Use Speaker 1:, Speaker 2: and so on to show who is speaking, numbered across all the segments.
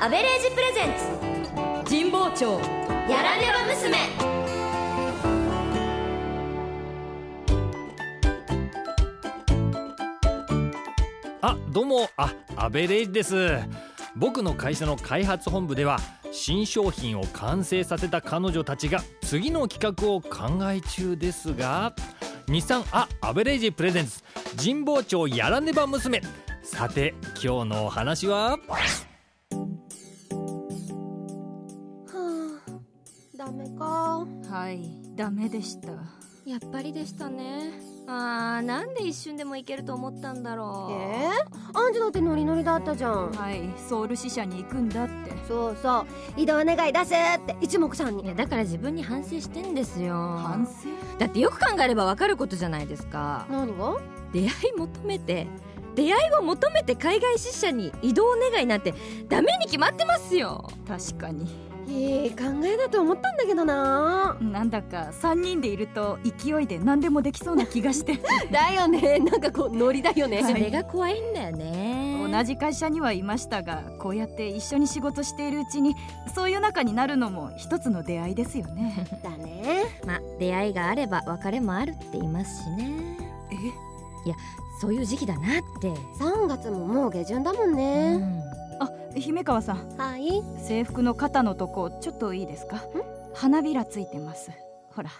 Speaker 1: アベレージプレゼンツ神保町やらねば娘
Speaker 2: あどうもあアベレージです僕の会社の開発本部では新商品を完成させた彼女たちが次の企画を考え中ですが23あアベレージプレゼンツ神保町やらねば娘さて今日のお話
Speaker 3: は
Speaker 2: は
Speaker 3: あダメか
Speaker 4: はいダメでした
Speaker 3: やっぱりでしたねあーなんで一瞬でもいけると思ったんだろう
Speaker 5: えー、アンジュだってノリノリだったじゃん
Speaker 4: はいソウル支社に行くんだって
Speaker 5: そうそう移動願い出せって一目散
Speaker 6: いやだから自分に反省してんですよ
Speaker 4: 反省
Speaker 6: だってよく考えればわかることじゃないですか
Speaker 5: 何が
Speaker 6: 出会い求めて出会いを求めて海外支社に移動願いなんてダメに決まってますよ
Speaker 4: 確かに
Speaker 5: いい考えだと思ったんだけどな
Speaker 4: なんだか3人でいると勢いで何でもできそうな気が して
Speaker 5: だよねなんかこうノリだよ
Speaker 6: そ
Speaker 4: は
Speaker 5: ね
Speaker 6: れが怖いんだよね
Speaker 4: 同じ会社にはいましたがこうやって一緒に仕事しているうちにそういう仲になるのも一つの出会いですよね
Speaker 5: だね
Speaker 6: まあ出会いがあれば別れもあるって言いますしね
Speaker 4: え
Speaker 6: そういう時期だなって、
Speaker 5: 3月ももう下旬だもん
Speaker 6: う
Speaker 5: ね、
Speaker 6: ん
Speaker 4: あ姫川さん
Speaker 5: はい
Speaker 4: 制服の肩のとこちょっといいですか花びらついてますほら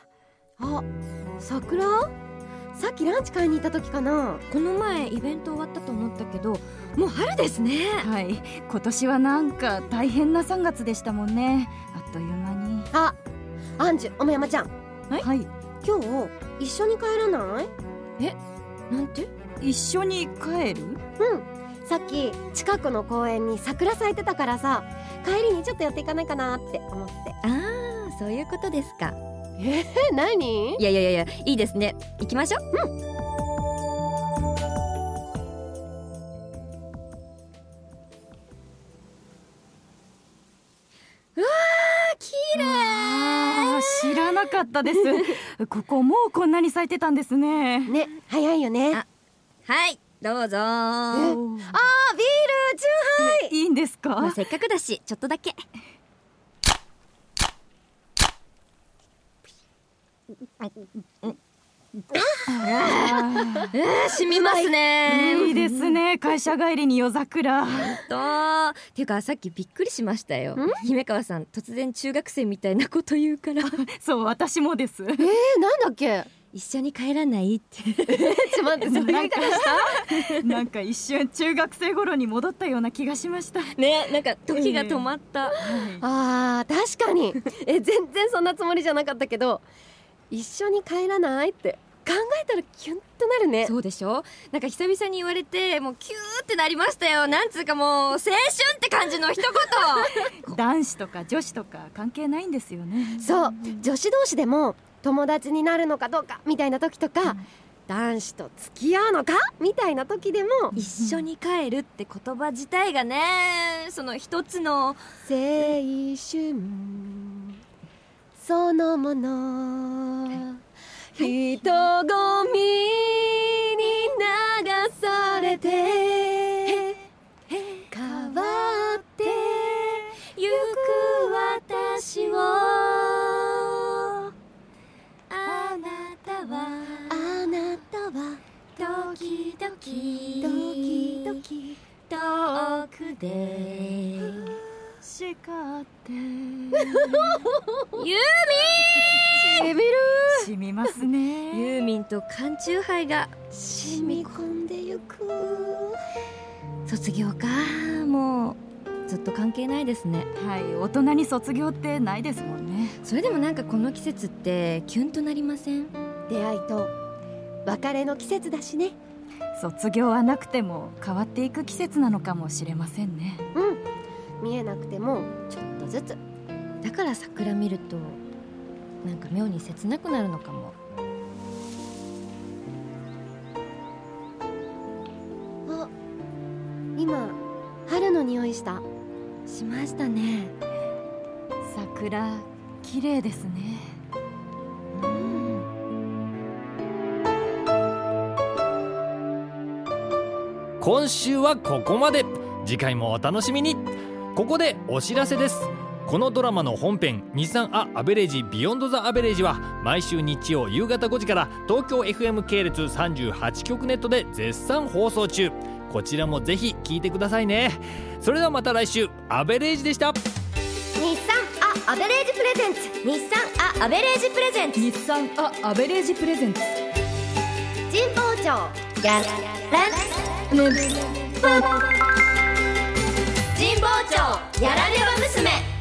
Speaker 5: あ桜さっきランチ買いに行った時かな
Speaker 6: この前イベント終わったと思ったけどもう春ですね
Speaker 4: はい今年はなんか大変な3月でしたもんねあっという間に
Speaker 5: あアンジュおもやまちゃん
Speaker 4: はい
Speaker 5: 今日一緒に帰らない
Speaker 6: なんて
Speaker 4: 一緒に帰る
Speaker 5: うんさっき近くの公園に桜咲いてたからさ帰りにちょっと寄っていかないかなって思って
Speaker 6: ああそういうことですか
Speaker 5: え何
Speaker 6: いやいやいやいやいいですね行きましょう
Speaker 4: あー知らなかったですここもうこんなに咲いてたんですね
Speaker 5: ね早いよね
Speaker 6: あはいどうぞ
Speaker 5: えあビールチューハイ
Speaker 4: いいんですか、
Speaker 6: まあせっかくだしちょっとだけ
Speaker 4: あ
Speaker 6: えー、染みますね
Speaker 4: ーいいですね会社帰りに夜桜
Speaker 6: とっていうかさっきびっくりしましたよ姫川さん突然中学生みたいなこと言うから
Speaker 4: そう私もで
Speaker 5: え
Speaker 4: す
Speaker 5: ー、なんだっけ
Speaker 6: 一緒に帰らないって
Speaker 5: ちょっと待って それ言い方した
Speaker 4: なんか 一瞬中学生頃に戻ったような気がしました
Speaker 6: ねなんか時が止まった、
Speaker 5: あー確かにえ全然そんなつもりじゃなかったけど一緒に帰らないって考えたらキュンとなるね
Speaker 6: そうでしょなんか久々に言われてもうキューってなりましたよなんつうかもう青春って感じの一言
Speaker 4: 男子とか女子とか関係ないんですよね
Speaker 5: そう女子同士でも友達になるのかどうかみたいな時とか、男子と付き合うのかみたいな時でも
Speaker 6: 一緒に帰るって言葉自体がねその一つの
Speaker 5: 青春そのもの人混みに流されて変わって
Speaker 6: ゆく私をあなたは
Speaker 5: あなたは
Speaker 6: ドキドキ
Speaker 5: ドキドキ
Speaker 6: 遠くでユーミ
Speaker 4: 叱 って
Speaker 5: エビル
Speaker 4: 染みますね
Speaker 6: ンユーミンと缶チューハイが
Speaker 5: 染み込んでゆく
Speaker 6: 卒業かもうずっと関係ないですね
Speaker 4: はい大人に卒業ってないですもんね
Speaker 6: それでもなんかこの季節ってキュンとなりません
Speaker 5: 出会いと別れの季節だしね
Speaker 4: 卒業はなくても変わっていく季節なのかもしれませんね
Speaker 5: うん見えなくてもちょっとずつ
Speaker 6: だから桜見るとなんか妙に切なくなるのかも
Speaker 5: あ今春の匂いした
Speaker 6: しましたね
Speaker 4: 桜綺麗ですね
Speaker 2: 今週はここまで次回もお楽しみにここでお知らせですこのドラマの本編「日産アアベレージビヨンドザアベレージは毎週日曜夕方5時から東京 FM 系列38局ネットで絶賛放送中こちらもぜひ聞いてくださいねそれではまた来週アベレージでした
Speaker 5: 日産アアベレージプレゼンツ日産アアベレージプレゼンツ
Speaker 6: 日産アアベレージプレゼンツ
Speaker 5: 神保町やらね神保町やられば娘